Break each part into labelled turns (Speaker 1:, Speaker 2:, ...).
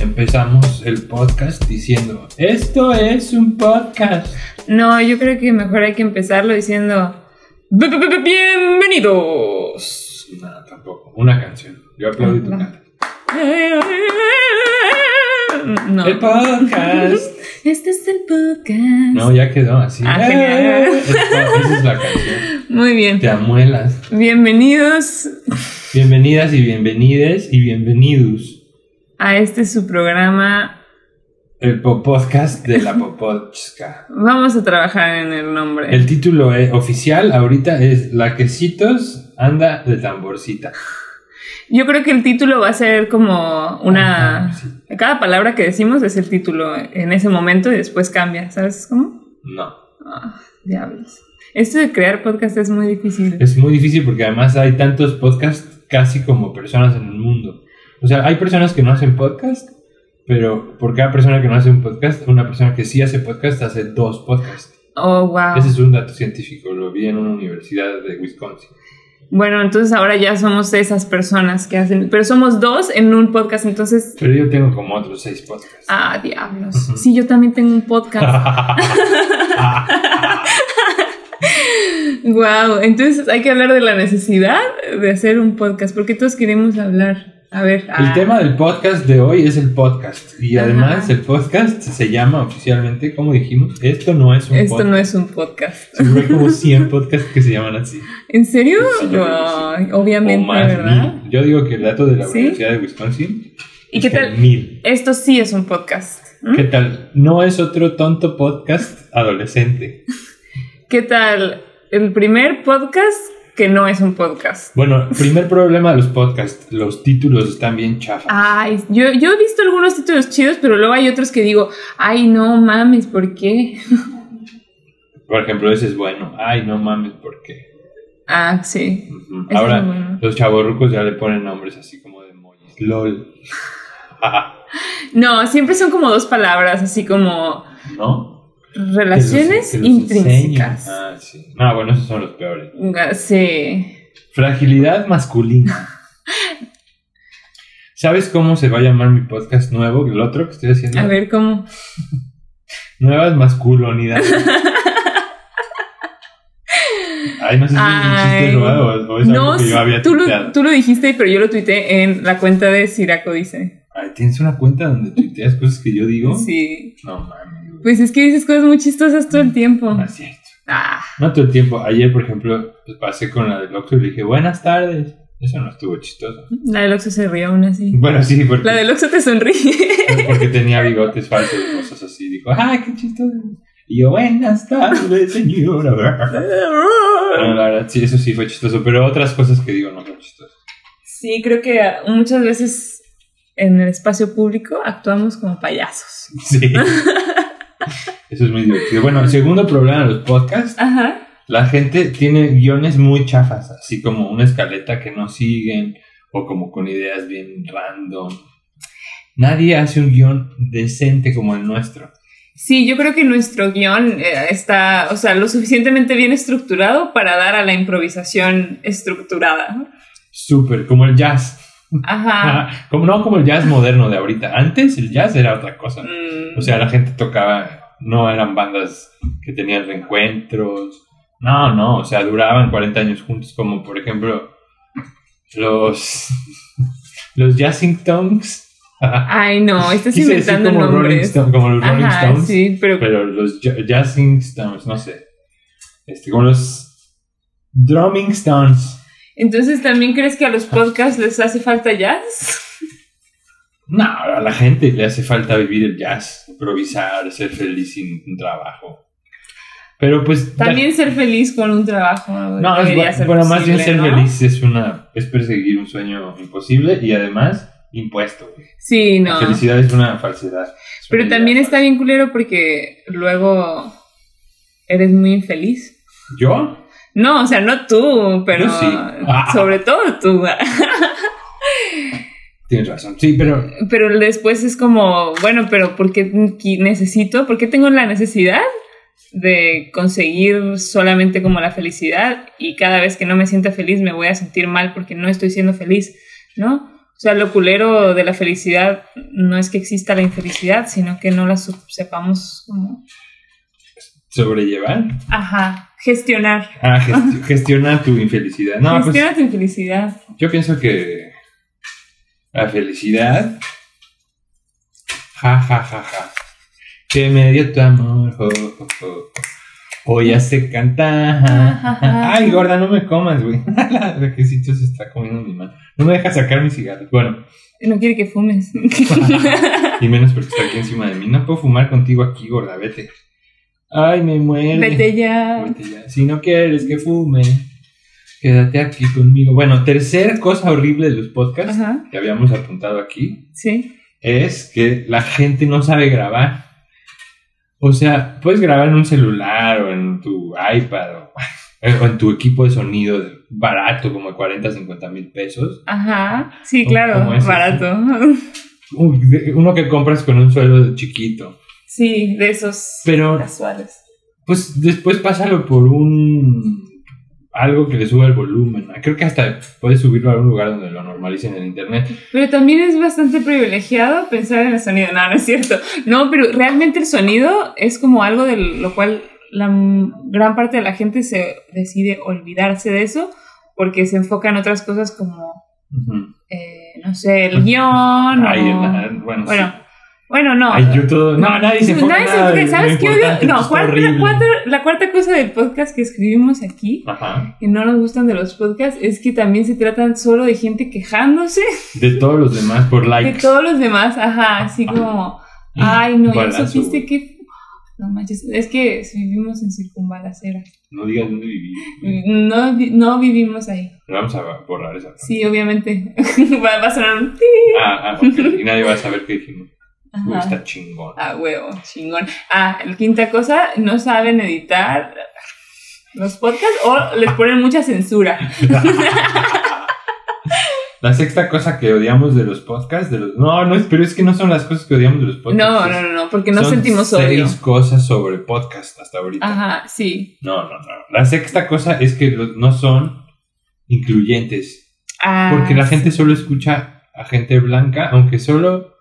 Speaker 1: empezamos el podcast diciendo, esto es un podcast.
Speaker 2: No, yo creo que mejor hay que empezarlo diciendo "Bi- bi- bi- bienvenidos.
Speaker 1: No, tampoco. Una canción. Yo aplaudí tu
Speaker 2: Va.
Speaker 1: canción.
Speaker 2: No.
Speaker 1: El podcast.
Speaker 2: Este es el podcast.
Speaker 1: No, ya quedó así.
Speaker 2: Ah,
Speaker 1: ¡Eh!
Speaker 2: genial.
Speaker 1: Esta- esa es la canción.
Speaker 2: Muy bien.
Speaker 1: Te amuelas.
Speaker 2: Bienvenidos
Speaker 1: Bienvenidas y bienvenides y bienvenidos.
Speaker 2: a este su programa.
Speaker 1: El podcast de la Popotchka.
Speaker 2: Vamos a trabajar en el nombre.
Speaker 1: El título eh, oficial ahorita es La Quesitos anda de tamborcita.
Speaker 2: Yo creo que el título va a ser como una...
Speaker 1: Ah, sí.
Speaker 2: Cada palabra que decimos es el título en ese momento y después cambia, ¿sabes cómo?
Speaker 1: No.
Speaker 2: Ah, diablos. Esto de crear podcast es muy difícil.
Speaker 1: Es muy difícil porque además hay tantos podcasts casi como personas en el mundo. O sea, hay personas que no hacen podcast, pero por cada persona que no hace un podcast, una persona que sí hace podcast hace dos podcasts.
Speaker 2: Oh, wow.
Speaker 1: Ese es un dato científico, lo vi en una universidad de Wisconsin.
Speaker 2: Bueno, entonces ahora ya somos esas personas que hacen, pero somos dos en un podcast, entonces,
Speaker 1: Pero yo tengo como otros seis podcasts.
Speaker 2: ah, diablos.
Speaker 1: Ujú.
Speaker 2: Sí, yo también tengo un podcast. wow, entonces hay que hablar de la necesidad de hacer un podcast, porque todos queremos hablar. A ver,
Speaker 1: El
Speaker 2: ah,
Speaker 1: tema del podcast de hoy es el podcast. Y
Speaker 2: Ajá.
Speaker 1: además el podcast se llama oficialmente, como dijimos, esto no es un
Speaker 2: esto
Speaker 1: podcast.
Speaker 2: no es un podcast.
Speaker 1: Seguro hay como 100 podcasts que se llaman así.
Speaker 2: ¿En serio?
Speaker 1: Sí,
Speaker 2: Wow,
Speaker 1: O
Speaker 2: obviamente,
Speaker 1: más
Speaker 2: ¿verdad?
Speaker 1: mil. Yo digo que el dato de la
Speaker 2: ¿Sí?
Speaker 1: Universidad de Wisconsin
Speaker 2: ¿Y
Speaker 1: es
Speaker 2: qué
Speaker 1: que
Speaker 2: tal?
Speaker 1: mil.
Speaker 2: Esto sí es un podcast. ¿Mm?
Speaker 1: ¿Qué tal? No es otro tonto podcast adolescente.
Speaker 2: ¿Qué tal? El primer podcast que no es un podcast.
Speaker 1: Bueno, primer problema de los podcasts, los títulos están bien chafas.
Speaker 2: Ay, yo, yo he visto algunos títulos chidos, pero luego hay otros que digo, ay, no mames, ¿por qué?
Speaker 1: Por ejemplo, ese es bueno. Ay, no mames, ¿por qué?
Speaker 2: Ah, sí.
Speaker 1: Ujú.
Speaker 2: Ese
Speaker 1: Ahora,
Speaker 2: es bueno.
Speaker 1: los chavorrucos ya le ponen nombres así como de emojis. LOL.
Speaker 2: No, siempre son como dos palabras, así como
Speaker 1: ¿No?
Speaker 2: relaciones
Speaker 1: Que los- que los
Speaker 2: intrínsecas.
Speaker 1: enseñan. Ah, sí. Ah, bueno, esos son los peores.
Speaker 2: Ah, Sí.
Speaker 1: Fragilidad masculina. ¿Sabes cómo se va a llamar mi podcast nuevo? El otro que estoy haciendo.
Speaker 2: A ver cómo.
Speaker 1: Nuevas masculinidades. Ay, no sé si es un
Speaker 2: Ay.
Speaker 1: chiste robado o es algo
Speaker 2: No,
Speaker 1: que yo había
Speaker 2: tú
Speaker 1: tuiteado.
Speaker 2: lo, tú lo dijiste, pero yo lo tuiteé en la cuenta de Siraco, dice.
Speaker 1: Ay, ¿Tienes una cuenta donde tuiteas cosas que yo digo?
Speaker 2: Sí.
Speaker 1: No mames. güey.
Speaker 2: Pues es que dices cosas muy chistosas todo el tiempo.
Speaker 1: No es cierto.
Speaker 2: Ah,
Speaker 1: No todo el tiempo. Ayer, por ejemplo, pues, pasé con la del Oxxo y le dije, buenas tardes. Eso no estuvo chistoso.
Speaker 2: la del Oxxo se rió aún así.
Speaker 1: Bueno, sí, porque...
Speaker 2: La del Oxxo te sonríe.
Speaker 1: porque tenía bigotes falsos y cosas así. Dijo, ¡ay, qué chistoso! Y yo, buenas tardes, señora. Bueno, la verdad, sí, eso sí fue chistoso, pero otras cosas que digo no son chistosas.
Speaker 2: Sí, creo que muchas veces en el espacio público actuamos como payasos.
Speaker 1: Sí. Eso es muy divertido. Bueno, el segundo problema de los podcasts,
Speaker 2: Ajá.
Speaker 1: la gente tiene guiones muy chafas, así como una escaleta que no siguen o como con ideas bien random. Nadie hace un guión decente como el nuestro.
Speaker 2: Sí, yo creo que nuestro guión eh, está, o sea, lo suficientemente bien estructurado para dar a la improvisación estructurada.
Speaker 1: Súper, como el jazz.
Speaker 2: Ajá.
Speaker 1: Ah, como, no como el jazz moderno de ahorita. Antes el jazz era otra cosa.
Speaker 2: Mm.
Speaker 1: O sea, la gente tocaba, no eran bandas que tenían reencuentros. No, no, o sea, duraban 40 años juntos, como por ejemplo los, los Jazzingtons.
Speaker 2: Ay, no, este estás
Speaker 1: Quise decir
Speaker 2: inventando
Speaker 1: como Rolling
Speaker 2: nombres.
Speaker 1: Stone- como los Rolling
Speaker 2: Ajá,
Speaker 1: Stones,
Speaker 2: sí, pero
Speaker 1: pero los Ja- Jazzing Stones, no sé. Este, como los Drumming Stones.
Speaker 2: entonces también crees que a los podcasts les hace falta jazz?
Speaker 1: No, a la gente le hace falta vivir el jazz, improvisar, ser feliz sin un trabajo. Pero pues... la-
Speaker 2: También ser feliz con un trabajo.
Speaker 1: no, es
Speaker 2: debería
Speaker 1: bu-
Speaker 2: ser
Speaker 1: bueno, más bien
Speaker 2: posible,
Speaker 1: ser
Speaker 2: ¿no?
Speaker 1: feliz es una es perseguir un sueño imposible y además impuesto. güey.
Speaker 2: Sí,
Speaker 1: La
Speaker 2: no.
Speaker 1: felicidad es una falsedad. es
Speaker 2: Pero
Speaker 1: una
Speaker 2: también
Speaker 1: idea
Speaker 2: está bien culero porque luego eres muy infeliz.
Speaker 1: falsa. ¿Yo?
Speaker 2: No, o sea, no tú, pero
Speaker 1: Yo sí.
Speaker 2: sobre todo tú.
Speaker 1: Tienes razón. Sí, pero eh,
Speaker 2: Pero después es como, bueno, pero ¿por qué qui- necesito? ¿Por qué tengo la necesidad de conseguir solamente como la felicidad? Y cada vez que no me sienta feliz me voy a sentir mal porque no estoy siendo feliz, ¿no? O sea, lo culero de la felicidad no es que exista la infelicidad, sino que no la sup- sepamos como...
Speaker 1: sobrellevar.
Speaker 2: Ajá, gestionar.
Speaker 1: Ah, gest- gestiona tu infelicidad. No, pues
Speaker 2: Gestiona tu infelicidad.
Speaker 1: Yo pienso que la felicidad. Ja, ja, ja, ja. Que me dio tu amor. jo, jo, jo. Hoy hace cantar. Ay, gorda, no me comas, güey. La requisito se está comiendo mi mano. No me deja sacar mis cigarros. Bueno,
Speaker 2: No quiere que fumes.
Speaker 1: y menos porque está aquí encima de mí. No puedo fumar contigo aquí, gorda, vete. Ay, me muere.
Speaker 2: Vete ya.
Speaker 1: Vete ya. Si no quieres que fume, quédate aquí conmigo. Bueno, tercer cosa horrible de los podcasts
Speaker 2: Ajá,
Speaker 1: que habíamos apuntado aquí
Speaker 2: sí.
Speaker 1: es que la gente no sabe grabar. O sea, puedes grabar en un celular o en tu iPad o, o en tu equipo de sonido de- barato, como de 40, 50 mil pesos.
Speaker 2: Ajá, sí,
Speaker 1: ¿Cómo-
Speaker 2: claro,
Speaker 1: Oh, cómo es eso?
Speaker 2: barato.
Speaker 1: Uy, de- Uno que compras con un sueldo chiquito.
Speaker 2: Sí, de esos
Speaker 1: Pero
Speaker 2: casuales.
Speaker 1: Pues después pásalo por un. algo que le suba el volumen. Creo que hasta puedes subirlo a un lugar donde lo normalicen en internet.
Speaker 2: Pero también es bastante privilegiado pensar en el sonido. No, no es cierto. No, pero realmente el sonido es como algo de lo cual la m- gran parte de la gente se decide olvidarse de eso porque se enfoca en otras cosas como, eh, no sé, el guión.
Speaker 1: Pues, Ahí en
Speaker 2: o-
Speaker 1: la- bueno,
Speaker 2: Bueno,
Speaker 1: sí.
Speaker 2: bueno, no.
Speaker 1: Ay, yo todo- No, nadie se enfoca.
Speaker 2: Nadie se
Speaker 1: nada
Speaker 2: enfoca.
Speaker 1: de lo
Speaker 2: ¿Sabes qué? odio?
Speaker 1: importante,
Speaker 2: No,
Speaker 1: está
Speaker 2: cuarta-
Speaker 1: horrible.
Speaker 2: cuarta- la cuarta cosa del podcast que escribimos aquí,
Speaker 1: Ajá.
Speaker 2: que no nos gustan de los podcasts, es que también se tratan solo de gente quejándose
Speaker 1: De todos los demás, por
Speaker 2: de
Speaker 1: likes.
Speaker 2: todos los demás, ajá, así como, ay, no, ya
Speaker 1: Balazo,
Speaker 2: supiste
Speaker 1: güey.
Speaker 2: que... No manches, es que vivimos en circunvalacera.
Speaker 1: No digas dónde viví.
Speaker 2: Mm.
Speaker 1: Mm.
Speaker 2: No, vi- no vivimos ahí.
Speaker 1: Vamos a borrar esa. parte.
Speaker 2: Sí, obviamente. va, va a sonar un... ti.
Speaker 1: Ah, ah, ok. Y nadie va a saber qué dijimos. Uy,
Speaker 2: Ajá.
Speaker 1: está chingón.
Speaker 2: Ah, huevo, chingón. Ah, la quinta cosa, no saben editar los podcasts o les ponen mucha censura.
Speaker 1: La sexta cosa que odiamos de los podcasts, de los... No, no, pero es que no son las cosas que odiamos de los podcasts.
Speaker 2: No,
Speaker 1: es-
Speaker 2: no, no, no, porque no
Speaker 1: Son
Speaker 2: sentimos odio.
Speaker 1: seis cosas sobre podcast hasta ahorita.
Speaker 2: Ajá, sí.
Speaker 1: No, no, no. La sexta cosa es que los- no son incluyentes.
Speaker 2: Ah,
Speaker 1: Porque la gente solo escucha a gente blanca, aunque solo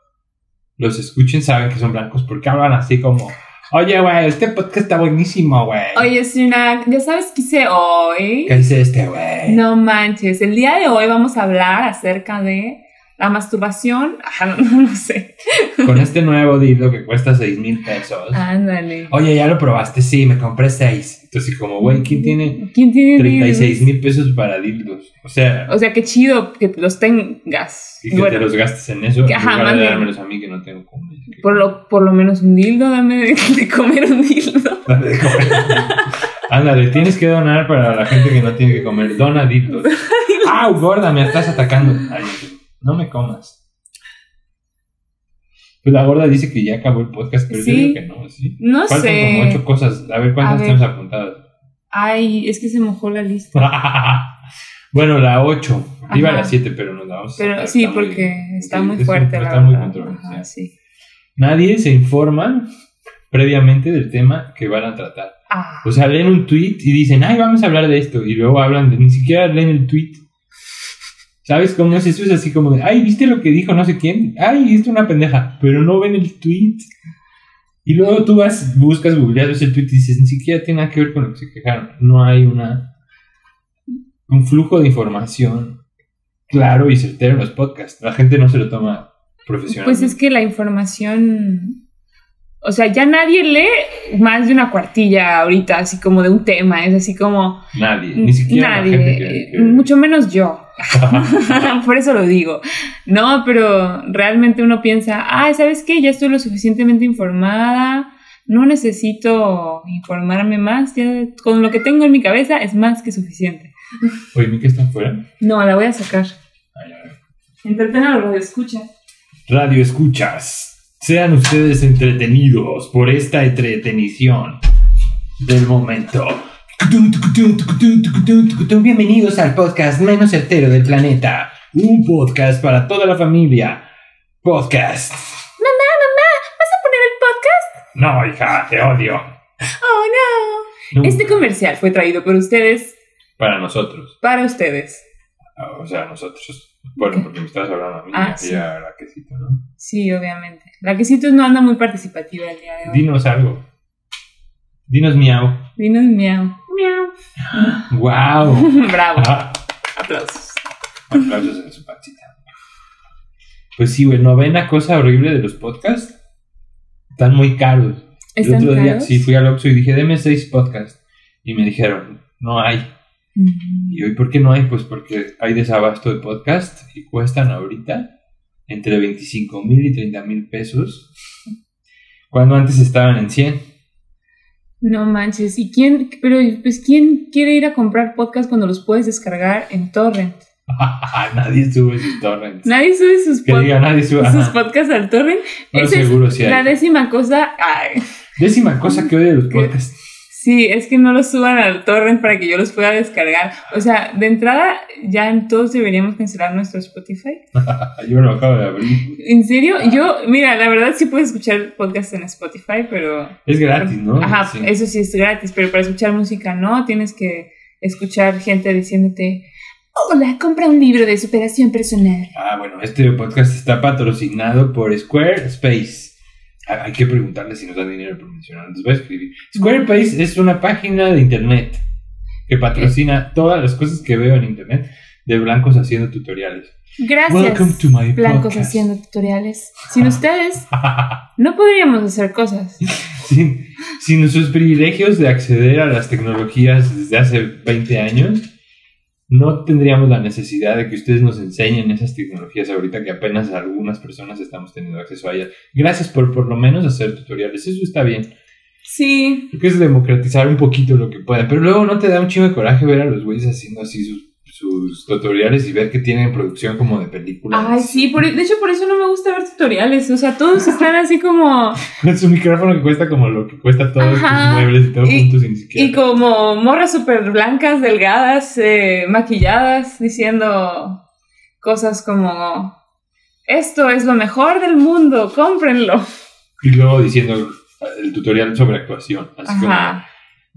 Speaker 1: los escuchen, saben que son blancos, porque hablan así como, oye, güey, este podcast está buenísimo, güey.
Speaker 2: Oye, Sinac, ¿ya sabes qué hice hoy?
Speaker 1: ¿Qué dice este, güey?
Speaker 2: No manches, el día de hoy vamos a hablar acerca de la masturbación. Ajá, no, no sé.
Speaker 1: Con este nuevo dildo que cuesta seis mil pesos.
Speaker 2: Ah. Ándale.
Speaker 1: Oye, ¿ya lo probaste? Sí, me compré seis. Entonces, como, güey, ¿quién tiene
Speaker 2: ¿Quién tiene
Speaker 1: 36
Speaker 2: Mm. dildos?
Speaker 1: mil pesos para dildos? O sea,
Speaker 2: O sea, qué chido que los tengas.
Speaker 1: Y que
Speaker 2: Bueno,
Speaker 1: te los gastes en eso,
Speaker 2: Que-
Speaker 1: en
Speaker 2: ajá,
Speaker 1: lugar
Speaker 2: más
Speaker 1: de
Speaker 2: bien.
Speaker 1: dármelos a mí que no tengo como. que-
Speaker 2: por lo, por lo menos un dildo, dame de, de comer un dildo.
Speaker 1: Dale de comer. Ándale, tienes que donar para la gente que no tiene que comer. Dona dildos. ¡Ah, gorda! Me estás atacando. Ay, no me comas. Pues la gorda dice que ya acabó el podcast, pero yo
Speaker 2: Sí.
Speaker 1: digo que no, sí.
Speaker 2: No
Speaker 1: Faltan
Speaker 2: sé.
Speaker 1: como ocho cosas. A ver cuántas
Speaker 2: A ver.
Speaker 1: tenemos apuntadas.
Speaker 2: Ay, es que se mojó la lista.
Speaker 1: bueno, la ocho. Iba a
Speaker 2: Ajá.
Speaker 1: la siete, pero nos la vamos a
Speaker 2: Pero
Speaker 1: saltar.
Speaker 2: sí,
Speaker 1: Está muy-
Speaker 2: porque está
Speaker 1: sí,
Speaker 2: muy
Speaker 1: es-
Speaker 2: fuerte la
Speaker 1: Está muy
Speaker 2: verdad.
Speaker 1: controversial.
Speaker 2: Ajá, sí.
Speaker 1: Nadie se informa previamente del tema que van a tratar.
Speaker 2: Ah,
Speaker 1: O sea, leen un tweet y dicen, ay, vamos a hablar de esto. Y luego hablan de, ni siquiera leen el tweet. ¿Sabes cómo es eso? Es así como de, ay, ¿viste lo que dijo no sé quién? Ay, esto es una pendeja. Pero no ven el tweet. Y luego tú vas, buscas, googleas, ves el tweet y dices, ni siquiera tiene nada que ver con lo que se quejaron. No hay una un flujo de información claro y certero en los podcasts. La gente no se lo toma profesionalmente.
Speaker 2: pues es que la información. O sea, ya nadie lee más de una cuartilla ahorita, así como de un tema. Es así como.
Speaker 1: Nadie, ni siquiera
Speaker 2: Nadie,
Speaker 1: la gente que, que-
Speaker 2: eh, mucho menos yo. Por eso lo digo. No, pero realmente uno piensa, ay, ¿sabes qué? Ya estoy lo suficientemente informada, no necesito informarme más, ya con lo que tengo en mi cabeza es más que suficiente.
Speaker 1: Oye, ¿mi que está afuera?
Speaker 2: No, la voy a sacar.
Speaker 1: Ay, a ver.
Speaker 2: Entretena lo escucha.
Speaker 1: Radio escuchas. Sean ustedes entretenidos por esta entretenición del momento. Bienvenidos al podcast menos certero del planeta. Un podcast para toda la familia. Podcast.
Speaker 2: ¿Vas a poner el podcast?
Speaker 1: No, hija, te odio.
Speaker 2: Oh,
Speaker 1: No.
Speaker 2: no. Este comercial fue traído por ustedes,
Speaker 1: Para nosotros. Ah,
Speaker 2: para ustedes.
Speaker 1: O sea, nosotros. Bueno, porque me estás hablando a mí,
Speaker 2: Ah,
Speaker 1: a ti,
Speaker 2: sí.
Speaker 1: a la quesito, ¿no?
Speaker 2: Sí, obviamente. La Quesitos no anda muy participativa el día de hoy.
Speaker 1: Dinos algo. Dinos miau.
Speaker 2: Dinos miau.
Speaker 1: ¡Wow!
Speaker 2: Bravo. Aplausos.
Speaker 1: Aplausos en su pancita. Pues sí, güey, novena cosa horrible de los podcasts. Están muy caros. El
Speaker 2: ¿Están
Speaker 1: otro día
Speaker 2: caros?
Speaker 1: sí fui al Oxxo y dije, deme seis podcasts. Y me dijeron, no hay.
Speaker 2: Mm.
Speaker 1: ¿Y hoy por qué no hay? Pues porque hay desabasto de podcasts y cuestan ahorita entre 25 mil y 30 mil pesos. Cuando antes estaban en 100.
Speaker 2: No manches. ¿Y quién? Pero, pues, ¿quién quiere ir a comprar podcast cuando los puedes descargar en torrent?
Speaker 1: nadie sube sus torrents.
Speaker 2: Nadie sube sus,
Speaker 1: que
Speaker 2: pod-
Speaker 1: diga, nadie sube.
Speaker 2: sus
Speaker 1: Ajá,
Speaker 2: podcasts al torrent.
Speaker 1: pero
Speaker 2: Esa es
Speaker 1: seguro sí
Speaker 2: la
Speaker 1: hay.
Speaker 2: décima cosa. Ay,
Speaker 1: Décima cosa que odio de los
Speaker 2: ¿Qué?
Speaker 1: podcasts.
Speaker 2: sí, es que no los suban al torrent para que yo los pueda descargar. O sea, de entrada, ya en todos deberíamos cancelar nuestro Spotify.
Speaker 1: Yo lo acabo de abrir.
Speaker 2: ¿En serio? Yo, mira, la verdad sí puedo escuchar podcasts en Spotify, pero...
Speaker 1: Es gratis, ¿no?
Speaker 2: Ajá,
Speaker 1: Sí.
Speaker 2: eso sí es gratis, pero para escuchar música no, tienes que escuchar gente diciéndote, hola, compra un libro de superación personal.
Speaker 1: Ah, bueno, este podcast está patrocinado por Squarespace. Ah, Hay que preguntarle si nos dan dinero por mencionar. Les voy a escribir. Squarespace es una página de internet que patrocina todas las cosas que veo en internet de blancos haciendo tutoriales. Welcome
Speaker 2: Gracias,
Speaker 1: to my
Speaker 2: blancos
Speaker 1: podcast.
Speaker 2: haciendo tutoriales. Sin ustedes, no podríamos hacer cosas.
Speaker 1: sin, sin sus privilegios de acceder a las tecnologías desde hace 20 años, no tendríamos la necesidad de que ustedes nos enseñen esas tecnologías ahorita que apenas algunas personas estamos teniendo acceso a ellas. Gracias por por lo menos hacer tutoriales, eso está bien.
Speaker 2: Sí,
Speaker 1: Creo que es democratizar un poquito lo que puedan, pero luego no te da un chingo de coraje ver a los güeyes haciendo así sus, sus tutoriales y ver que tienen producción como de película.
Speaker 2: ay, sí, por- de hecho por eso no me gusta ver tutoriales, o sea, todos están así como...
Speaker 1: Con su micrófono que cuesta como lo que cuesta todos tus
Speaker 2: Ajá.
Speaker 1: muebles y todo
Speaker 2: Y-
Speaker 1: juntos y ni siquiera.
Speaker 2: Y como morras súper blancas, delgadas, eh, maquilladas, diciendo cosas como, esto es lo mejor del mundo, cómprenlo.
Speaker 1: Y luego diciendo el- el tutorial sobre actuación. Así como,
Speaker 2: Ajá.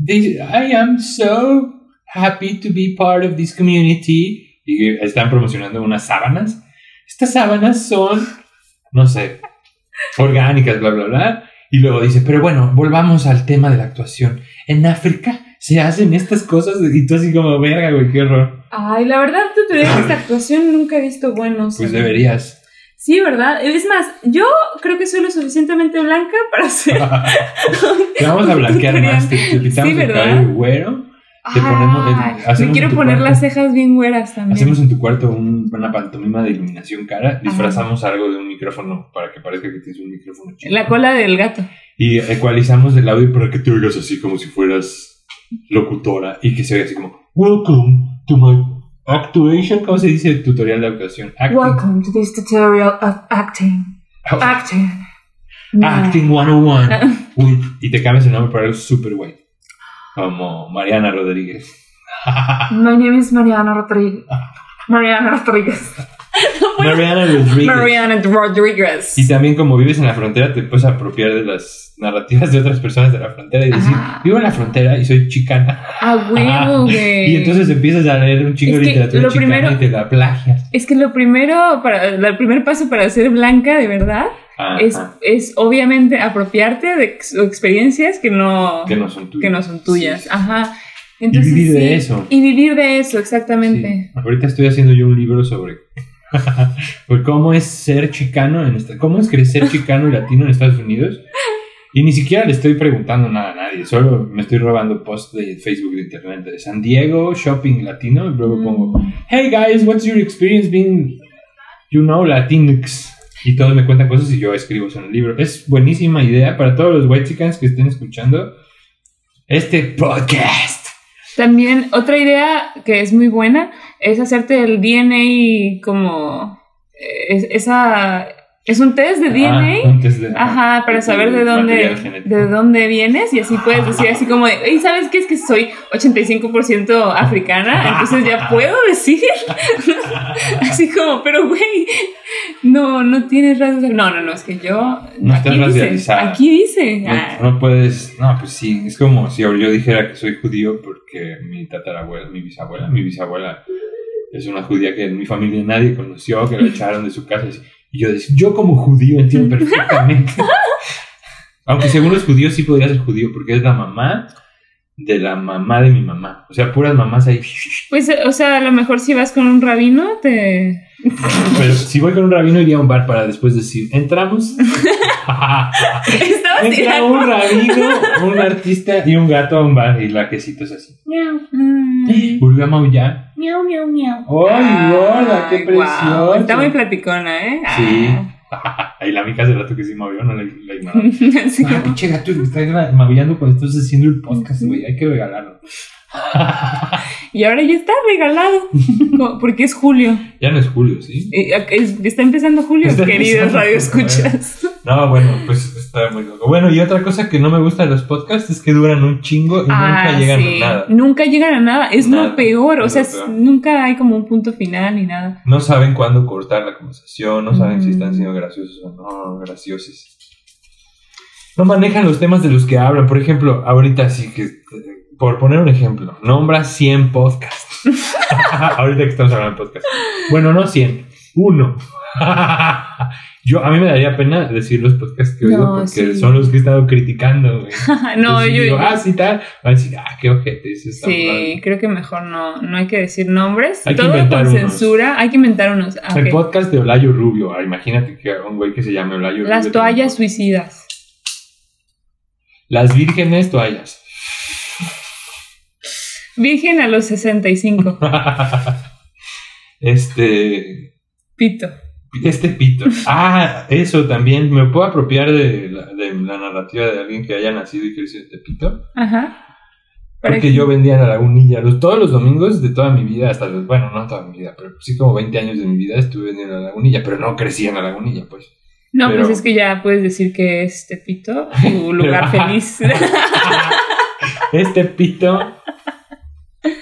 Speaker 1: "This- I am so happy to be part of this community. Y están promocionando unas sábanas. Estas sábanas son, no sé, orgánicas, bla, bla, bla. Y luego dice, pero bueno, volvamos al tema de la actuación. En África se hacen estas cosas y tú así como, verga, güey, qué horror.
Speaker 2: Ay, la verdad, tutoriales de actuación nunca he visto buenos.
Speaker 1: Pues deberías.
Speaker 2: Sí, ¿verdad? Es más, yo creo que soy lo suficientemente blanca para ser...
Speaker 1: Te vamos a blanquear más, te, te pintamos
Speaker 2: Sí,
Speaker 1: el
Speaker 2: ¿verdad?
Speaker 1: cabello güero. Te ponemos en-
Speaker 2: Ay, me
Speaker 1: hacemos
Speaker 2: quiero
Speaker 1: en tu
Speaker 2: poner
Speaker 1: cuarto.
Speaker 2: las cejas bien güeras también.
Speaker 1: Hacemos en tu cuarto un- una pantomima de iluminación cara, disfrazamos algo de un micrófono para que parezca que tienes un micrófono chido.
Speaker 2: La cola del gato.
Speaker 1: Y ecualizamos el audio para que te oigas así como si fueras locutora y que se oiga así como Welcome to my actuation. ¿Cómo se dice tutorial de actuación? Acting,
Speaker 2: Welcome to this tutorial of acting.
Speaker 1: Oh,
Speaker 2: Acting.
Speaker 1: Ah, acting 101.
Speaker 2: Ah.
Speaker 1: Uy, y te cambias el nombre para algo súper guay. Como Mariana Rodríguez.
Speaker 2: My name is Mariana Rodríguez. Mariana Rodríguez.
Speaker 1: Mariana Rodríguez.
Speaker 2: Mariana Rodríguez.
Speaker 1: Y también como vives en la frontera, te puedes apropiar de las narrativas de otras personas de la frontera y decir,
Speaker 2: Ajá.
Speaker 1: vivo en la frontera y soy chicana.
Speaker 2: A huevo, güey.
Speaker 1: Y entonces empiezas a leer un chingo
Speaker 2: Es
Speaker 1: de
Speaker 2: que
Speaker 1: literatura
Speaker 2: lo
Speaker 1: chicana
Speaker 2: primero-
Speaker 1: y te la plagias.
Speaker 2: Es que lo primero, para, el primer paso para ser blanca de verdad
Speaker 1: Ajá,
Speaker 2: es, es obviamente apropiarte de ex- experiencias que no,
Speaker 1: que no son tuyas.
Speaker 2: que no son tuyas.
Speaker 1: Sí, sí.
Speaker 2: Ajá. Entonces,
Speaker 1: vivir de
Speaker 2: sí.
Speaker 1: eso.
Speaker 2: Y vivir de eso, exactamente.
Speaker 1: Sí. Ahorita estoy haciendo yo un libro sobre pues, cómo es ser chicano, en esta- cómo es crecer chicano y latino en Estados Unidos. Y ni siquiera le estoy preguntando nada a nadie, solo me estoy robando posts de Facebook de internet de San Diego, shopping latino, y
Speaker 2: Mm.
Speaker 1: luego pongo Hey guys, what's your experience being, you know, Latinx? Y todos me cuentan cosas y yo escribo eso en el libro. Es buenísima idea para todos los white chicans que estén escuchando este podcast.
Speaker 2: También otra idea que es muy buena es hacerte el DNA como eh, es, esa es un test de
Speaker 1: Ah,
Speaker 2: DNA.
Speaker 1: antes de-
Speaker 2: Ajá, para
Speaker 1: de-
Speaker 2: saber de
Speaker 1: material
Speaker 2: dónde,
Speaker 1: genético.
Speaker 2: de dónde vienes y así puedes decir así como, de, "Ey, ¿sabes qué? Es que soy 85% africana, entonces ya puedo decir. así como, pero güey, no, no tienes rasgos. No, no, no, es que yo...
Speaker 1: No estás
Speaker 2: aquí dice,
Speaker 1: racializada.
Speaker 2: aquí dice. ah.
Speaker 1: No, no puedes. No, pues sí. Es como si yo dijera que soy judío porque mi tatarabuela, mi bisabuela, mi bisabuela es una judía que en mi familia nadie conoció, que lo echaron de su casa. Y yo decía, yo como judío entiendo perfectamente. Aunque según los judíos sí podría ser judío, porque es la mamá de la mamá de mi mamá. O sea, puras mamás ahí.
Speaker 2: Pues, eh, o sea, a lo mejor si vas con un rabino, te...
Speaker 1: Pero si voy con un rabino iría a un bar para después decir, entramos.
Speaker 2: Estabas
Speaker 1: Entra
Speaker 2: tirando...
Speaker 1: un rabino, un artista y un gato a un bar y la quesito es así.
Speaker 2: Mm.
Speaker 1: Volvió a maullar.
Speaker 3: Miau, miau, miau.
Speaker 1: ¡Ay, gorda! ¡Qué
Speaker 2: Ay, guau,
Speaker 1: precioso!
Speaker 2: Está muy platicona, ¿eh?
Speaker 1: Sí.
Speaker 2: Ah.
Speaker 1: y la mica hace rato que sí movió, no la, la ignoraba.
Speaker 2: Así
Speaker 1: Ah,
Speaker 2: como-
Speaker 1: pinche gato que está gra- maullando cuando estás haciendo el podcast, güey. Hay que regalarlo.
Speaker 2: Y ahora ya está regalado, como- porque es julio.
Speaker 1: Ya no es julio, ¿sí?
Speaker 2: Eh, es- Está empezando julio,
Speaker 1: Está
Speaker 2: queridos
Speaker 1: empezando
Speaker 2: radio escuchas.
Speaker 1: No, bueno, pues está muy loco. Bueno, y otra cosa que no me gusta de los podcasts es que duran un chingo y
Speaker 3: Ah,
Speaker 1: nunca llegan a nada.
Speaker 2: Nunca llegan a nada, es
Speaker 1: Nada,
Speaker 2: lo peor, o
Speaker 1: es
Speaker 2: sea,
Speaker 1: lo peor.
Speaker 2: es- nunca hay como un punto final ni nada.
Speaker 1: No saben cuándo cortar la conversación, no saben si están
Speaker 2: Mm.
Speaker 1: siendo graciosos o no graciosos. No manejan los temas de los que hablan. Por ejemplo, ahorita sí que, eh, por poner un ejemplo, nombra 100 podcasts. ahorita que estamos hablando de podcasts. Bueno, no 100, uno. Yo, a mí me daría pena decir los podcasts que oigo
Speaker 2: No,
Speaker 1: porque
Speaker 2: sí.
Speaker 1: son los que he estado criticando. güey.
Speaker 2: no,
Speaker 1: Entonces,
Speaker 2: yo,
Speaker 1: digo, ah, sí, tal. Van a decir, ah, qué ojete. eso está
Speaker 2: sí,
Speaker 1: mal".
Speaker 2: creo que mejor no, no hay que decir nombres.
Speaker 1: Hay que
Speaker 2: Todo
Speaker 1: inventar
Speaker 2: con
Speaker 1: unos.
Speaker 2: censura, hay que inventar unos. Ah,
Speaker 1: El
Speaker 2: ok.
Speaker 1: podcast de Olayo Rubio. ah, imagínate que un güey que se llame Olayo Rubio.
Speaker 2: Las
Speaker 1: tenga un
Speaker 2: toallas suicidas.
Speaker 1: Las vírgenes toallas.
Speaker 2: Virgen a los 65.
Speaker 1: Este.
Speaker 2: Pito.
Speaker 1: Este pito. Ah, eso también. ¿Me puedo apropiar de la, de la narrativa de alguien que haya nacido y crecido este pito?
Speaker 2: Ajá. Por
Speaker 1: Porque
Speaker 2: ejemplo.
Speaker 1: yo vendía en la lagunilla los- todos los domingos de toda mi vida, hasta los- Bueno, no toda mi vida, pero sí como 20 años de mi vida estuve vendiendo en la lagunilla, pero no crecí en la lagunilla, pues.
Speaker 2: No,
Speaker 1: pero-
Speaker 2: pues es que ya puedes decir que es Tepito, tu lugar
Speaker 1: Pero-
Speaker 2: feliz.
Speaker 1: Este pito.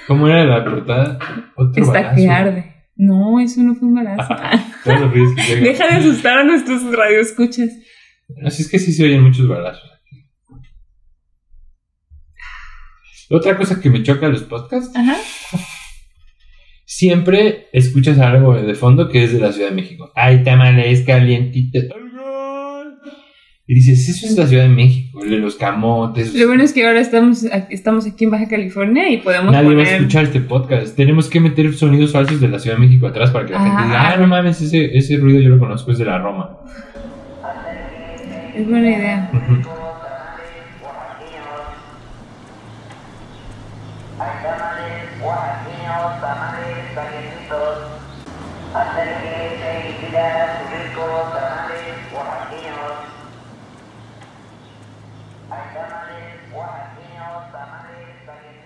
Speaker 1: ¿Cómo era la portada? Otro
Speaker 2: Está
Speaker 1: balazo.
Speaker 2: que arde. No, eso no fue un balazo.
Speaker 1: Ah, Todos los ruidos pues que llegan.
Speaker 2: Deja de asustar a nuestros radioescuchas.
Speaker 1: Así es que sí se oyen muchos balazos aquí. Otra cosa que me choca de los podcasts,
Speaker 2: Ajá.
Speaker 1: siempre escuchas algo de fondo que es de la Ciudad de México. Ay, tamales calientitos. Y dices, eso es la Ciudad de México, el de los camotes.
Speaker 2: Lo bueno es que ahora estamos aquí, estamos aquí en Baja California y podemos
Speaker 1: Nadie va a
Speaker 2: poner.
Speaker 1: escuchar este podcast. Tenemos que meter sonidos falsos de la Ciudad de México atrás para que la gente
Speaker 2: Ah.
Speaker 1: diga, ah, no mames, ese, ese ruido yo lo conozco, es de la Roma.
Speaker 2: Es buena idea.
Speaker 1: Ujú.
Speaker 4: tamales oaxaqueños, tamales calientitos. Acérquense y pidan su rico tamales oaxaqueños. Hay tamales oaxaqueños, tamales calientitos.